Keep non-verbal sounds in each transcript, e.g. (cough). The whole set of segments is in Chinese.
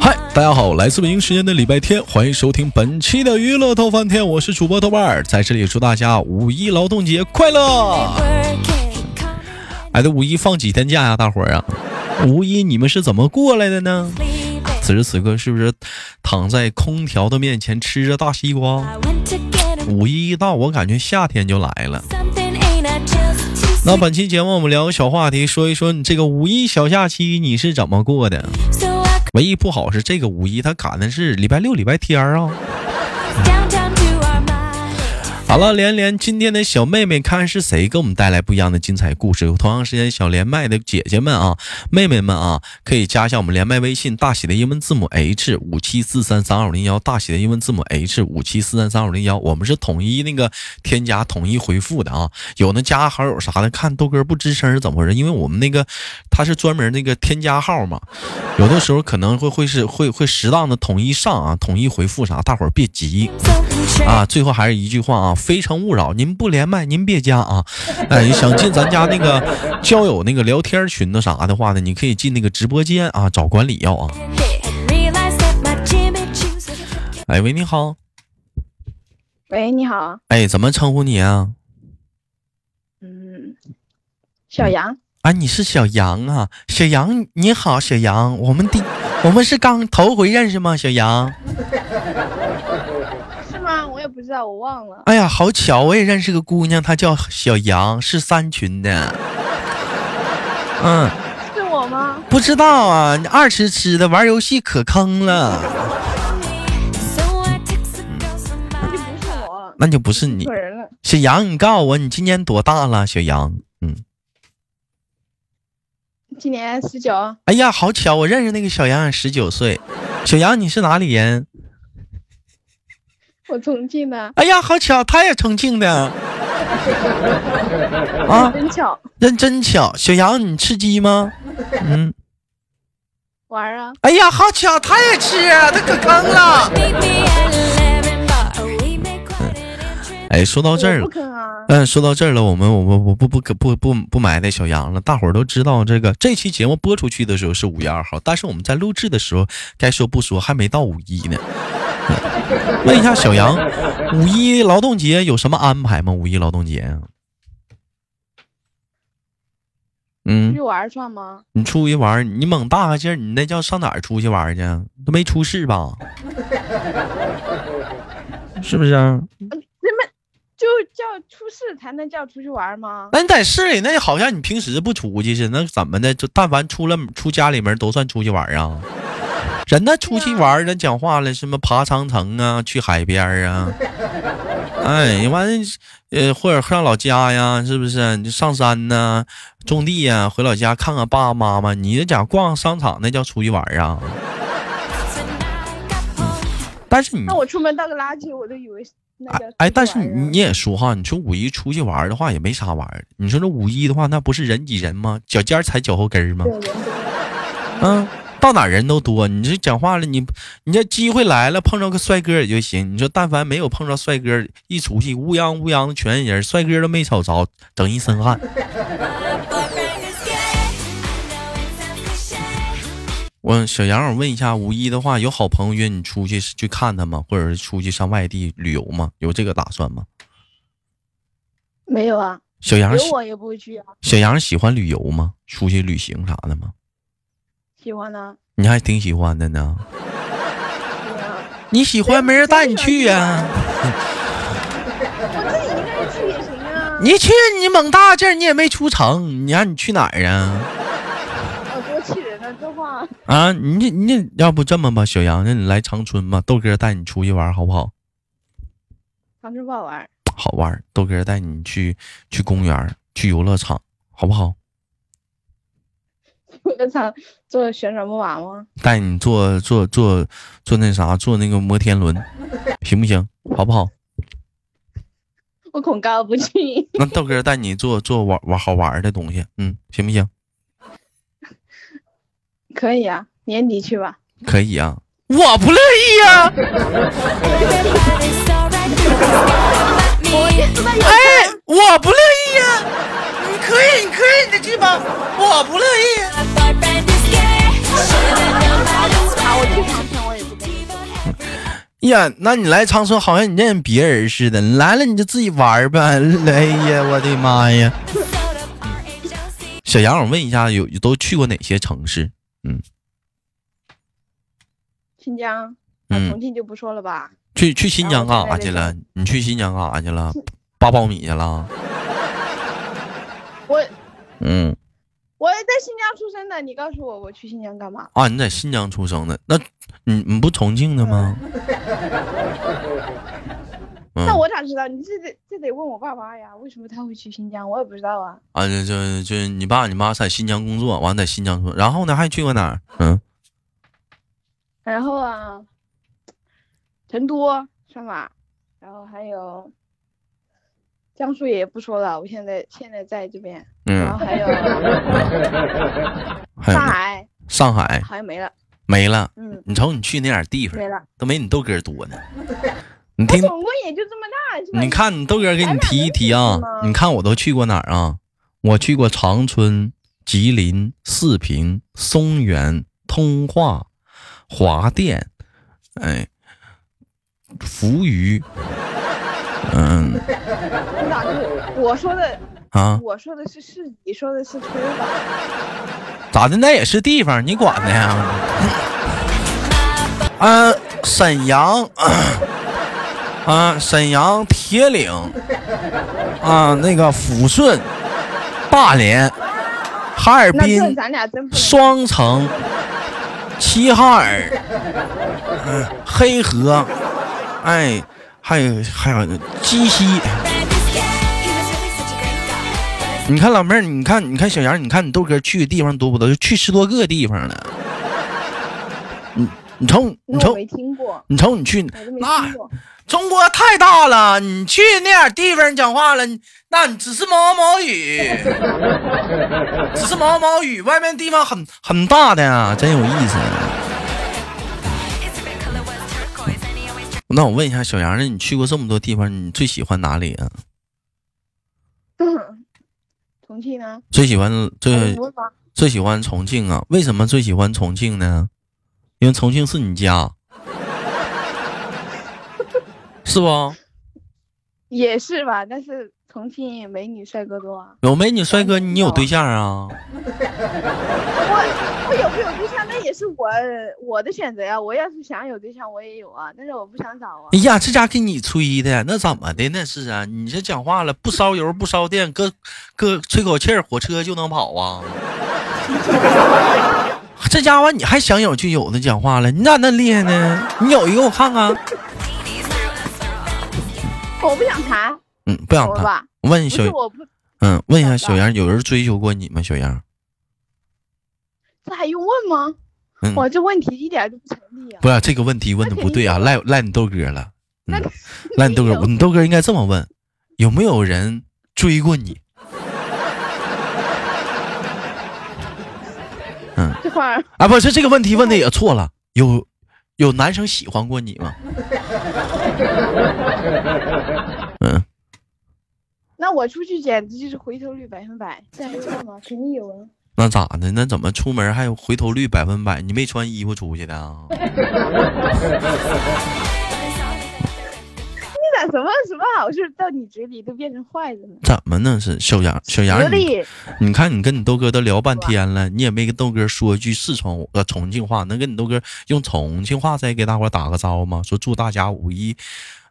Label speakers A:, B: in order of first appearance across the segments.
A: 嗨，大家好，来自北京时间的礼拜天，欢迎收听本期的娱乐豆翻天，我是主播豆瓣儿，在这里祝大家五一劳动节快乐！哎，这五一放几天假呀、大伙儿啊？五一你们是怎么过来的呢？此时此刻是不是躺在空调的面前吃着大西瓜？五一一到，我感觉夏天就来了。那本期节目我们聊个小话题，说一说你这个五一小假期你是怎么过的？唯一不好是这个五一它赶的是礼拜六、礼拜天儿啊。好了，连连今天的小妹妹，看是谁给我们带来不一样的精彩故事。有同样时间，小连麦的姐姐们啊，妹妹们啊，可以加一下我们连麦微信，大写的英文字母 H 五七四三三二零幺，大写的英文字母 H 五七四三三二零幺。我们是统一那个添加、统一回复的啊。有那加好友啥的，看豆哥不吱声是怎么回事？因为我们那个他是专门那个添加号嘛，有的时候可能会会是会会适当的统一上啊，统一回复啥，大伙儿别急。啊，最后还是一句话啊，非诚勿扰，您不连麦您别加啊。 (laughs) 哎，想进咱家那个交友那个聊天群的啥的话呢，你可以进那个直播间啊，找管理要啊。哎喂，你好，
B: 喂，你好，
A: 哎，怎么称呼你啊？
B: 嗯，小杨，
A: 啊，你是小杨啊，小杨你好，小杨，我们第我们是刚头回认识吗？小杨，
B: 是吗？我也不知道，我忘了。
A: 哎呀，好巧，我也认识个姑娘，她叫小杨，是三群的。嗯，
B: 是我吗？
A: 不知道啊，你二吃吃的玩游戏可坑了，
B: 这不是我，
A: 那就不是你
B: 错。人了。
A: 小杨，你告诉我，你今年多大了？小杨，嗯，
B: 今年十九，
A: 哎呀，好巧，我认识那个小杨啊十九岁。小杨，你是哪里人？
B: 我重庆的，
A: 哎呀，好巧，他也重庆的。 (laughs) 啊，
B: 真巧。
A: 认真巧，小杨你吃鸡吗？嗯，
B: 玩儿啊，
A: 哎呀，好巧，他也吃，啊他可坑了。
C: Oh,
A: 哎，说到这儿
B: 我
A: 了
B: 不，坑啊。
A: 嗯，说到这儿了，我们我们我不不不不不不埋汰小杨了。大伙儿都知道，这个这期节目播出去的时候是五月二号，但是我们在录制的时候，该说不说，还没到五一呢。嗯问一下小杨，五一劳动节有什么安排吗？五一劳动节啊，嗯
B: 出去，玩儿算吗？
A: 你出去玩儿，你猛大个劲儿，你那叫上哪儿出去玩儿去？啊都没出事吧？ (laughs) 是不是啊？
B: 就叫出事才能叫出去玩儿吗？
A: 那你在市里，那好像你平时不出去似的，那怎么的？就但凡出了出家里门，都算出去玩儿啊？ (laughs) 人那出
B: 啊
A: 去玩儿，人讲话了，什么爬长城啊，去海边儿
B: (laughs)
A: 啊，哎，完了，呃，或者上老家呀，是不是？你上山呐、种地呀、回老家看看爸爸妈妈。你这讲逛商场，那叫出去玩儿
B: (laughs)
A: 啊？但是你
B: 那我出门倒个垃圾，我都以为是那个。
A: 哎，但是
B: 啊
A: 你你也说哈，你说五一出去玩儿的话也没啥玩儿的。你说这五一的话，那不是人挤人吗？脚尖儿踩脚后跟儿吗
B: 对？人多，
A: 嗯，到哪儿人都多。你这讲话了，你你这机会来了，碰着个帅哥也就行。你说但凡没有碰着帅哥，一出去乌泱乌泱的全是人，帅哥都没瞅着，整一身汗。我小杨，我问一下，五一的话有好朋友约你出去去看他吗？或者是出去上外地旅游吗？有这个打算吗？
B: 没有啊，
A: 小杨喜
B: 有我也不会去啊。
A: 小杨喜欢旅游吗？出去旅行啥的吗？
B: 喜欢呢，
A: 你还挺喜欢的呢。
B: 对啊
A: 你喜欢没人带你去呀、
B: 我自己一个人去也行啊。
A: 你去你猛大劲儿，你也没出城，你让你去哪儿啊？
B: 哦，多气人啊，这话。
A: 啊，你这你这要不这么吧，小杨，那你来长春吧，豆哥带你出去玩儿好不好？
B: 长春不好玩儿， (laughs)
A: 好玩儿，豆哥带你去去公园儿，去游乐场，好不好？
B: 我操，坐旋转木马吗？
A: 带你坐坐坐坐那啥，坐那个摩天轮，行不行？好不好？
B: (laughs) 我恐高不去。
A: 那豆哥带你做做玩玩好玩儿的东西，嗯，行不行？
B: (laughs) 可以啊，年底去吧。
A: 可以啊，我不乐意啊呀、哎，我不乐意呀、你可以，你可以，你的去吧，我不乐意。哎呀，那你来长春好像你认别人似的，你来了你就自己玩呗。哎呀，我的妈呀！小杨，我问一下，有都去过哪些城市？
B: 新疆，啊
A: 嗯
B: 重庆就不说了吧。
A: 去去新疆
B: 然后
A: 干啥
B: 现在
A: 去
B: 这
A: 了？你去新疆干啥去了？扒苞米去了？
B: 我
A: 嗯，
B: 我在新疆出生的，你告诉我我去新疆干嘛？
A: 啊，你在新疆出生的，那你你不重庆的吗？嗯
B: 那我咋知道？你这得这得问我爸妈呀，为什么他会去新疆？我也不知道啊。
A: 啊，就就就你爸你妈在新疆工作，完在新疆出，然后呢还去过哪儿？嗯，
B: 然后啊，成都算吧，然后还有江苏也不说了，我现在现在在这边，然
A: 嗯，
B: 后还有
A: 还有
B: 上
A: 呢
B: 海，
A: 上海
B: 好像没了，
A: 没了。
B: 嗯，
A: 你瞅你去那点儿地方
B: 没，了。
A: 都没你豆哥多 (laughs) 呢。哎你
B: 我
A: 听，
B: 总共也就这么大，是吧
A: 你看你豆哥给你提一提啊
B: 咱俩能去吗，
A: 你看我都去过哪儿啊？我去过长春、吉林、四平、松原、通化、华电，哎，扶余，嗯
B: 你咋就我说的，
A: 啊，
B: 我说的是市，你说的是村儿吧？
A: 咋的？那也是地方，你管的呀？啊，沈阳，啊，沈阳铁岭，啊，那个抚顺、大连、哈尔
B: 那这
A: 滨、
B: 咱俩真不能。
A: 双城、齐哈尔、嗯黑河，哎，还有还有鸡西。你看老妹儿，你看你看小杨，你看你豆哥去的地方多不多？就去十多个地方了。你你瞅你
B: 那我
A: 瞅
B: 没听过，
A: 你瞅你去
B: 我都没
A: 那
B: 听过。
A: 中国太大了，你去那点儿地方讲话了，你那你只是毛毛雨，只是毛毛雨，外面地方很很大的呀，真有意思。啊那我问一下小杨，那你去过这么多地方，你最喜欢哪里啊？
B: 重庆呢？哎
A: 最喜欢最
B: 不会吧？
A: 最喜欢重庆啊？为什么最喜欢重庆呢？因为重庆是你
B: (laughs)
A: 家，是不？
B: 也是吧，但是重庆美女帅哥多啊。
A: 有美女帅哥，你有对象啊？
B: 哦我我有没有对象，那也是我我的选择呀、我要是想有对象，我也有啊，但是我不想找啊
A: 哎。呀，这家给你吹的，那怎么的？那是啊，你这讲话了，不烧油不烧电，搁搁吹口气儿，火车就能跑
B: (laughs)
A: 啊？这家伙你还想有就有的讲话了，你咋那厉害呢？你有一个我看看。
B: 我不想谈，
A: 嗯，不想
B: 说
A: 谈。
B: 吧？
A: 问
B: 不
A: 小
B: 是，我不，
A: 嗯，问一下
B: 想
A: 小杨，有人追求过你吗？小杨，
B: 这还用问吗？
A: 嗯
B: 我这问题一点都不成立啊。
A: 不是这个问题问的不
B: (laughs)
A: 对啊，赖赖你豆哥了，
B: 那
A: 嗯赖你豆哥，
B: 有
A: 你豆哥应该这么问：有没有人追过你？
B: 这块儿
A: 啊，不是这个问题问的也错了，有有男生喜欢过你吗？ (laughs) 嗯，
B: 那我出去简直就是回头率百分百，这还用吗？肯定有啊。
A: 那咋的？那怎么出门还有回头率百分百？你没穿衣服出去的啊？ (laughs)
B: 你咋 (laughs) 什么什么好事到你嘴里都变成坏的呢？
A: 怎么呢？是小杨，小杨
B: 实
A: 哎你
B: 力，
A: 你看，你跟你豆哥都聊半天了，你也没跟豆哥说句四川呃重庆话，能跟你豆哥用重庆话再给大伙儿打个招呼吗？说祝大家五一，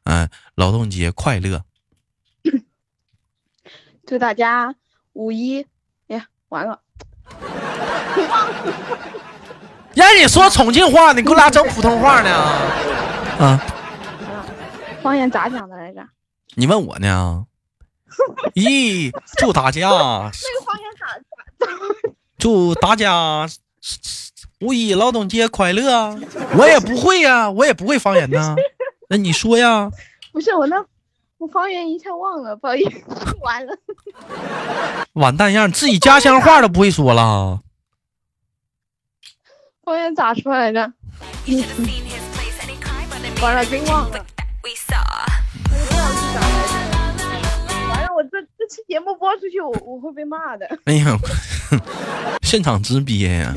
A: 嗯、劳动节快乐。
B: 祝大家五一，哎呀，完了，
A: 让你说重庆话，你给我俩整普通话呢？ (laughs) 啊，
B: 方言咋讲的来着？
A: 你问我呢？ (laughs) 咦，祝大家
B: 那个方言咋咋？
A: 祝大家五一劳动节快乐啊！我也不会呀、我也不会方言呐、 (laughs) 那你说呀？
B: (laughs) 不是我那，我方言一下忘了，不好意思，完了。
A: 完蛋样，自己家乡话都不会说了。
B: 方言咋说来 (laughs) 着？完了，真忘 (laughs) 了。完了，我这这期节目播出
A: (laughs)
B: 去，我我会被骂的。
A: 哎呀，现场直憋呀！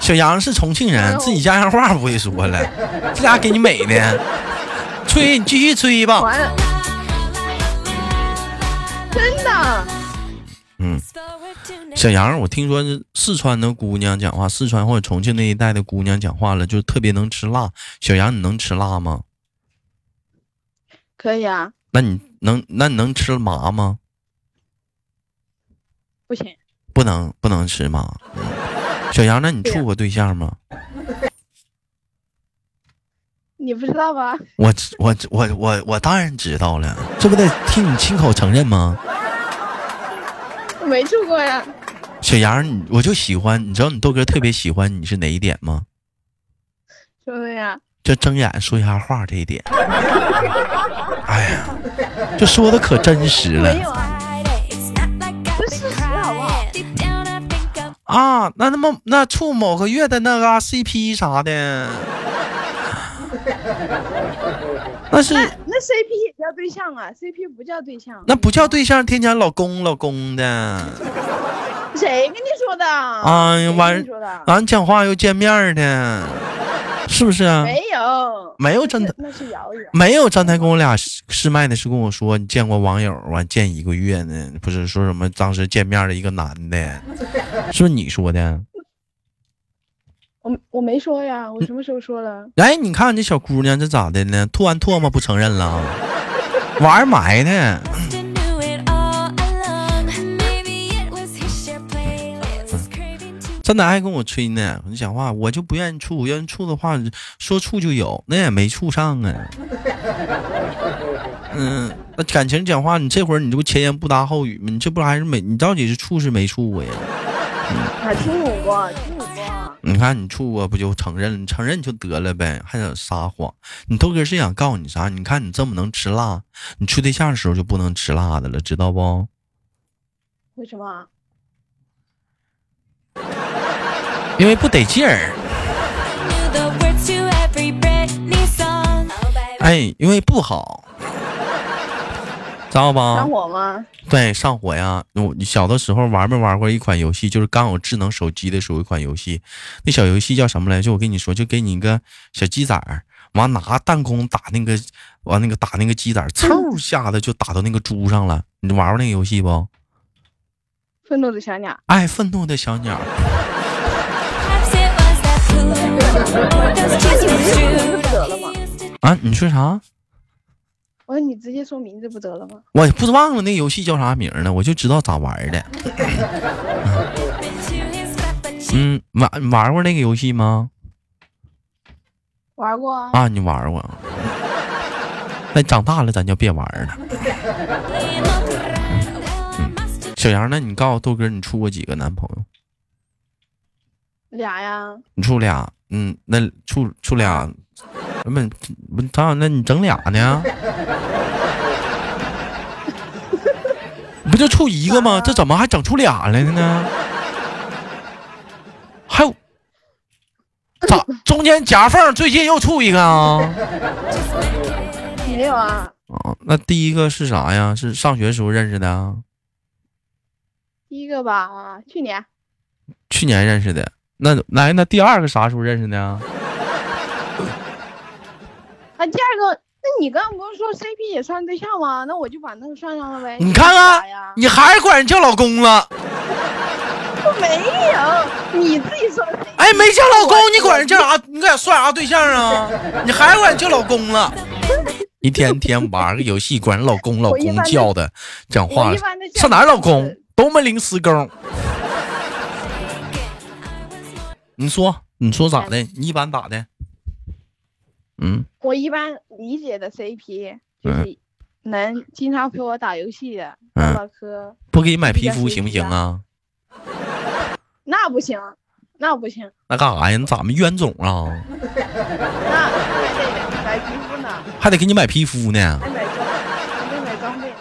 A: 小杨是重庆人，自己家乡话不会说了，这家给你美的，吹你继续吹吧。
B: 完了，真的，
A: 嗯，小杨，我听说是四川的姑娘讲话，四川或者重庆那一带的姑娘讲话了，就特别能吃辣。小杨，你能吃辣吗？
B: 可以啊，
A: 那你能那你能吃麻吗？
B: 不行，
A: 不能不能吃麻。嗯小杨，那你处过对象吗？
B: 你不知道吗？ (laughs)
A: 我知我知我我我当然知道了，这不得听你亲口承认吗？
B: 我没住过呀，
A: 小杨，你我就喜欢，你知道你豆哥特别喜欢你是哪一点吗？
B: 什么呀？
A: 就睁眼说瞎话这一点。哎呀，这说的可真实
B: 没
A: 了
B: 有啊，
A: 啊！那他妈那处某个月的那个 CP 啥的，那是
B: 那 CP 也叫对象啊，CP 不叫对象，
A: 那不叫对象，天天老公老公的。
B: 谁跟你说的？
A: 哎呀
B: 谁
A: 完
B: 跟你说的？
A: 俺讲话又见面儿的，是不是啊？
B: 没有，
A: 没有真的，
B: 那是啊谣言。
A: 没有。刚才跟我俩试试麦的是跟我说，你见过网友啊？见一个月呢，不是说什么当时见面的一个男的，是不是你说的？
B: 我我没说呀，我什么时候说了？
A: 哎，你看这小姑娘这咋的呢？吐完唾沫不承认了，玩埋呢？这男还跟我吹呢，你讲话我就不愿意处，愿意处的话说处就有，那也没处上啊。嗯，那感情讲话，你这会儿你这不前言不搭后语吗？你这不还是没？你到底是处是没处过呀？
B: 啊，听我过，听我啊过，
A: 你看你处过不就承认了？承认就得了呗，还想撒谎？你豆哥是想告诉你啥？你看你这么能吃辣，你处对象的时候就不能吃辣的了，知道不？
B: 为什么？啊
A: 因为不得劲儿。哎，因为不好，知道吧
B: 当？我吗？
A: 对，上火呀！我你小的时候玩没玩过一款游戏？就是刚有智能手机的时候，一款游戏，那小游戏叫什么来着？我跟你说，就给你一个小鸡仔儿，完拿弹弓打那个，完那个打那个鸡仔儿，嗖一下子就打到那个猪上了。你玩过那个游戏不？
B: 愤怒的小鸟，
A: 哎，愤怒的小鸟，
B: 得了吗？
A: 啊，你说啥？
B: 我说你直接说名字不得了吗？
A: 我也不知忘了那游戏叫啥名儿了，我就知道咋玩儿的。嗯，玩玩过那个游戏吗？
B: 玩过啊，
A: 啊，你玩过。 (laughs) 那长大了咱就别玩了。小杨，那你告诉豆哥，你处过几个男朋友？
B: 俩呀，
A: 你处俩？嗯，那处处俩？那么不咋？那你整俩呢？不就处一个吗？这怎么还整出俩来了呢？还有咋？中间夹缝，最近又处一个啊？
B: 没有啊。
A: 啊，那第一个是啥呀？是上学时候认识的啊？
B: 第一个吧，去年
A: 去年认识的。那来，那第二个啥时候认识的啊？
B: 啊，第二个，那你刚刚不是说 CP 也算对象吗？那我就把那个算上了呗。
A: 你看看
B: 哎干啥呀，
A: 你还是管人叫老公了？
B: 我没有，你自己说的 CP。
A: 哎，没叫老公，你管人叫啥？你管算啥对象啊？你还管人叫老公了？一天天玩个游戏，管人老公老
B: 我一
A: 公
B: 般都
A: 叫的，讲话
B: 我一般都叫
A: 上哪儿
B: 老
A: 老公
B: 公？
A: 都没零死工。你说，你说咋的？你一般咋的？嗯，
B: 我一般理解的 CP 就是能经常陪我打游戏的、唠
A: 嗯
B: 唠嗑，
A: 不给你买皮肤行不行啊？
B: 那不行，那不行，
A: 那干啥呀？你咋没冤种啊？
B: 那还得买皮肤呢，
A: 还得给你买皮肤呢，
B: 还买装，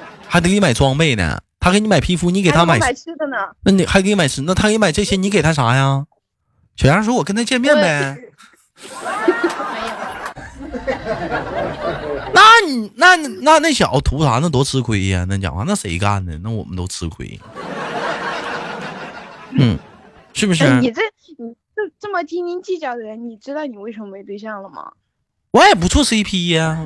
A: 还
B: 还得买装备呢，
A: 得给你买装备呢。他给你买皮肤，你给他
B: 还
A: 买
B: 得，买吃的呢。
A: 那你还给你买吃，那他给你买这些，你给他啥呀？小杨说：“我跟他见面呗。 (laughs) 那你那你那那小子图啥？那多吃亏呀！那讲话，那谁干的？那我们 (laughs) 都吃亏。嗯，是不是？
B: 哎哎，你这你这这这么斤斤计较的人，你知道你为什么没对象了吗？
A: 我也不处 CP 呀、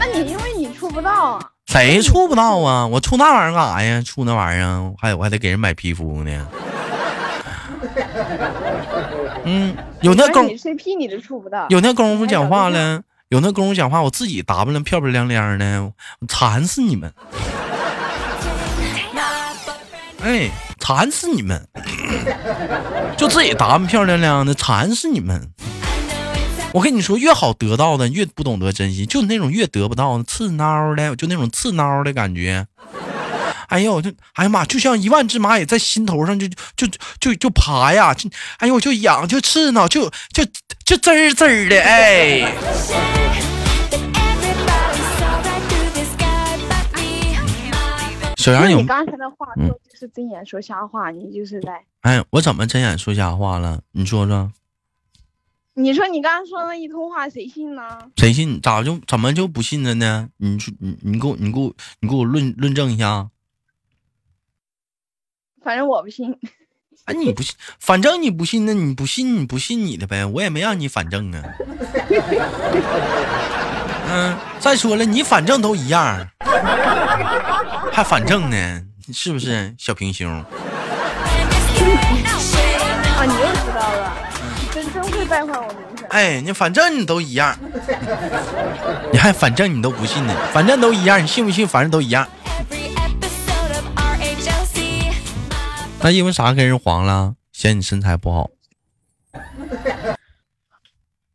B: 那你因为你处不到啊。
A: 谁处不到啊？我处那玩意儿干啥呀？处那玩意儿啊，还有我还得给人买皮肤呢。 (laughs) 嗯，有那
B: 而
A: 功
B: 你 CP 你都处不到，
A: 有那功夫讲话
B: 还找对
A: 了，有那功夫讲话，我自己打扮的漂漂亮亮的，馋死你们！哎，馋死你们！ (laughs) 就自己打扮漂亮亮的，馋死你们！我跟你说，越好得到的越不懂得珍惜，就那种越得不到的刺挠的，就那种刺挠的感觉。哎呦，就哎呀妈，就像一万只蚂蚁在心头上就就就就爬呀，就哎呦就痒就刺挠就就就滋儿滋儿的，哎，小杨
B: 那
A: 有
B: 你刚才的话
A: 嗯
B: 说就是睁眼说瞎话，你就是在
A: 哎，我怎么睁眼说瞎话了？你说说，
B: 你说你刚刚说那一通话谁信呢？
A: 谁信？咋就怎么就不信了呢？你去你你给我你给我你给我论论证一下。啊
B: 反正我不信。
A: 哎，你不信，反正你不信，那你不信，你不信你的呗，我也没让你反正啊。 (laughs) 嗯，再说了，你反正都一样儿，还反正呢，是不是小平胸？
B: 啊，你又知道了，你真真会败坏我名声。
A: 哎，你反正你都一样，你还反正你都不信呢，反正都一样，你信不信？反正都一样。那因为啥跟人黄了？嫌你身材不好？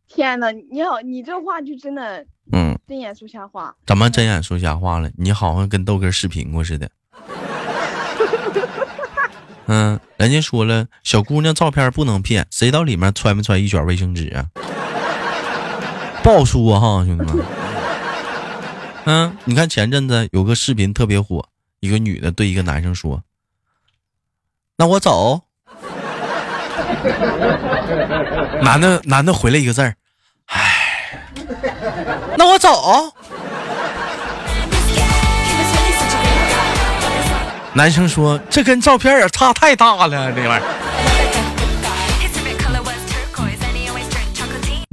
B: 天呐，你好，你这话就真的
A: 嗯，
B: 睁眼说瞎话。
A: 怎么睁眼说瞎话了？你好像跟豆哥视频过似的。 (laughs) 嗯，人家说了，小姑娘照片不能骗，谁到里面揣没揣一卷卫生纸啊？不好说哈，兄弟们。嗯，你看前阵子有个视频特别火，一个女的对一个男生说：“那我走。” (laughs) 男的男的回了一个字儿：“唉，那我走。”男生说：“这跟照片也差太大了，这玩意儿。”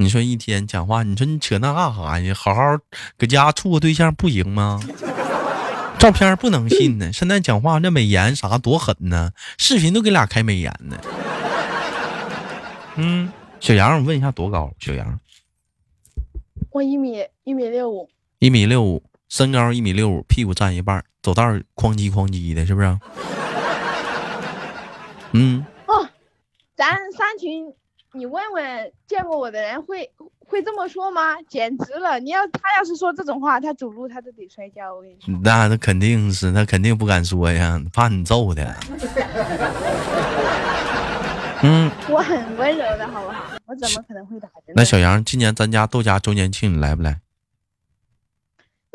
A: 你说一天讲话，你说你扯那干啥呀？好好搁家处个对象不行吗？照片不能信 (laughs) 呢，现在讲话那美颜啥多狠呢，视频都给俩开美颜呢。嗯，小杨，我问一下多高？小杨
B: 我一米一米六五，
A: 一米六五，身高一米六五，屁股占一半儿，走道儿哐叽哐叽的，是不是？嗯，
B: 咱三群，你问问见过我的人会会这么说吗？简直了！你要他要是说这种话，他走路他都得摔跤。我跟你说，
A: 那他肯定是，他肯定不敢说呀，怕你揍他。嗯，
B: 我很温柔的好不好？我怎么可能会打人呢？
A: 那小杨，今年咱家豆家周年庆你来不来？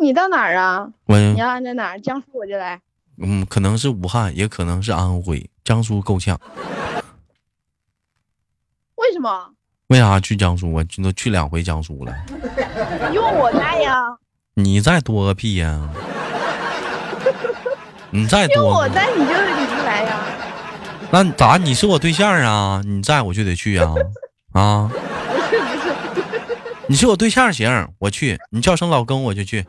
B: 你到哪儿啊？
A: 我
B: 你要按在哪儿？江苏我就来。
A: 嗯，可能是武汉，也可能是安徽，江苏够呛。
B: 为什么？
A: 为啥去江苏啊？都去两回江苏了，
B: 因为我在
A: (laughs)
B: 呀，
A: 你再多个屁呀、
B: (laughs)
A: 你再
B: 因为
A: 多
B: 我
A: 个，
B: 在，你就你就来呀。
A: 那咋？你是我对象啊？你在我就得去啊啊！你是我对象行，我去。你叫声老公我就去。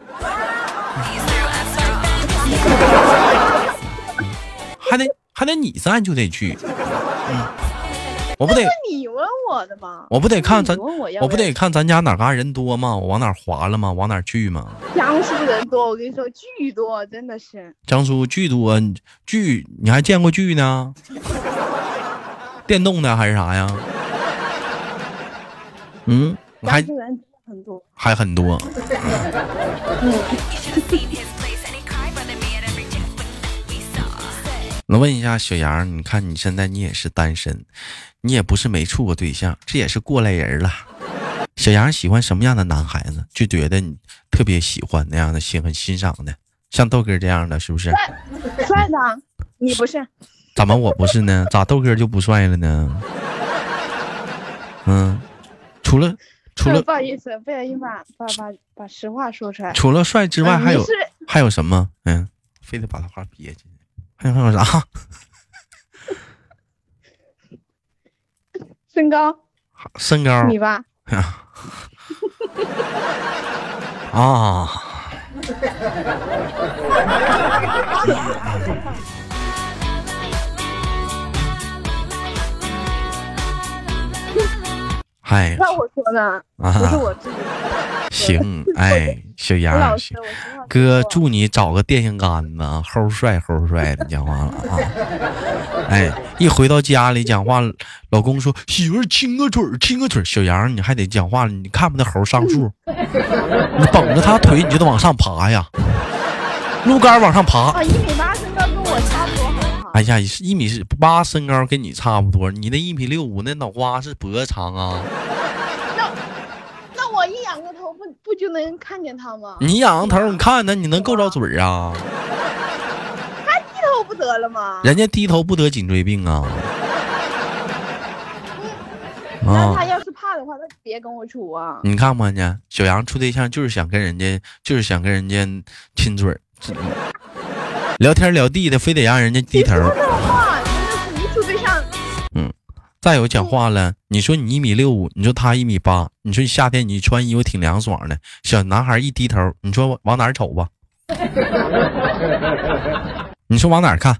A: 还得还得你在就得去，嗯，我不得
B: 那你问我的嘛？
A: 我不得看咱
B: 你哎问我要
A: 我不
B: 要
A: 得看咱家哪嘎人多吗？我往哪儿划了吗？往哪儿去吗？
B: 江苏人多，我跟你说巨多，真的是。
A: 江苏巨多你巨，你还见过巨呢？电动的还是啥呀？嗯，
B: 江
A: 还
B: 苏人真的很多。
A: 还很多。能问一下小杨，你看你现在你也是单身，你也不是没处过对象，这也是过来人了。小杨喜欢什么样的男孩子？就觉得你特别喜欢那样的，欣很欣赏的，像豆哥这样的，是不是？
B: 帅的啊，你不是？
A: 怎么我不是呢？咋豆哥就不帅了呢？嗯，除了除了
B: 不好意思，不小心把把把把实话说出来。
A: 除了帅之
B: 之
A: 外，还有
B: 嗯是
A: 还有什么？嗯，啊非得把他话憋进去。还有还有啥？
B: 身高
A: 身高
B: 一米八， (laughs)
A: 啊。嗨
B: 让我说呢，不是
A: 啊，
B: 我自己。 (laughs)
A: 行，哎，小
B: 我老
A: 杨，
B: 师，
A: 行
B: 我实话
A: 哥
B: 说
A: 祝你找个电线杆子，齁帅齁帅的，讲话了啊！ (laughs) 哎，一回到家里讲话，老公说媳妇儿亲个嘴儿，亲个嘴儿。小杨，你还得讲话，你看不那猴上树，你绷着他腿，你就得往上爬呀，撸杆儿往上爬。
B: 啊，一米八身高跟我差不多，好不好？
A: 哎呀，一米八身高跟你差不多，你那一米六五，那脑瓜是脖子长啊？
B: 那我一仰个头不不就能看见他吗？
A: 你仰个头，你看他，你能够着嘴儿啊？
B: 低头不得了吗？
A: 人家低头不得颈椎病啊！
B: 那他
A: 啊，嗯
B: 要是怕的话，他别跟我处啊。
A: 你看吧，呢，小杨处对象就是想跟人家，就是想跟人家亲嘴儿，聊天聊地的，非得让人家低头
B: 你。说这种话，真的是你处对象，
A: 再有讲话了，你说你一米六五，你说他一米八，你说夏天你穿衣服挺凉爽的，小男孩一低头，你说往哪儿瞅
B: (laughs)
A: 吧？你说往哪儿看？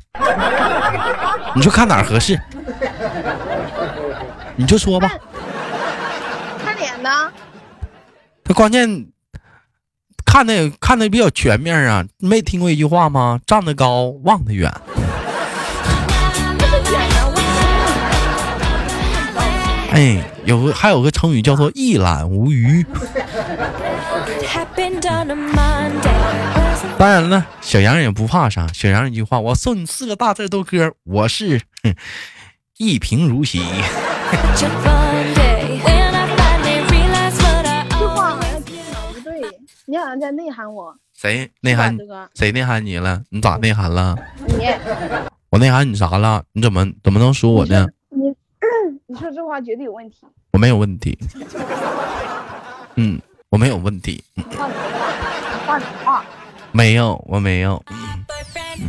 A: 你说看哪儿合适？你就说吧。
B: 看脸呢？
A: 他关键看的看的比较全面啊，没听过一句话吗？站得高，望得远。哎，有个还有个成语叫做一览无余。
C: Happened on a Monday.
A: 当然了，小杨也不怕啥，小杨一句话，我送你四个大字，豆哥，我是哼一贫如洗。
C: Such a fun day. When I finally realized what I
B: 这话好
C: always
B: 像听着不对，你好像在内涵我。
A: 谁内涵
B: 是吧
A: 谁内涵你了？你咋内涵了？
B: 这个，
A: 我内涵你啥了？你怎么怎么能说我呢？
B: 你你 (clears throat) 你说这话绝对有问题。
A: 我没有问题。嗯，我没有问题。
B: 换你的话，换你的话。
A: 没有，我没有。
C: boyfriend.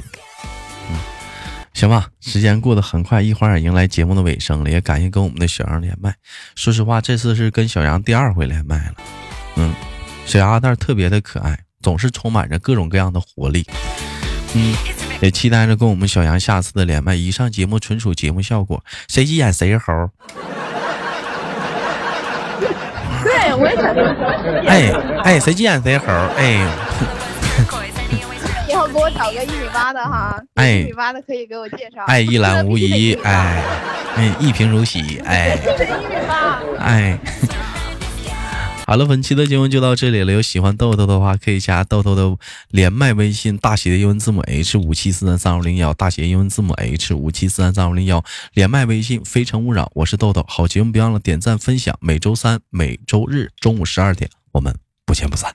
A: 行吧，时间过得很快，一晃眼迎来节目的尾声了，也感谢跟我们的小杨连麦。说实话，这次是跟小杨第二回连麦了。嗯，小杨阿蛋儿特别的可爱，总是充满着各种各样的活力。嗯，也期待着跟我们小杨下次的连麦。以上节目纯属节目效果，谁急眼谁是猴儿。
B: 对，我也想说，
A: 哎哎，谁急眼谁是猴儿。哎，
B: 以后给我找个一米八的哈，
A: 哎
B: 一米八的可以给我介绍。
A: 爱一览无遗。
B: 这个必须得一米八
A: 哎，哎，一贫如洗。哎。
B: 必须得一米八。
A: 哎。好了，本期的节目就到这里了。有喜欢豆豆的话，可以加豆豆的连麦微信，大写的英文字母 H 五七四三三五零幺，大写英文字母 H 五七四三三五零幺，连麦微信《非诚勿扰》，我是豆豆。好节目，别忘了点赞分享。每周三、每周日中午十二点，我们不见不散。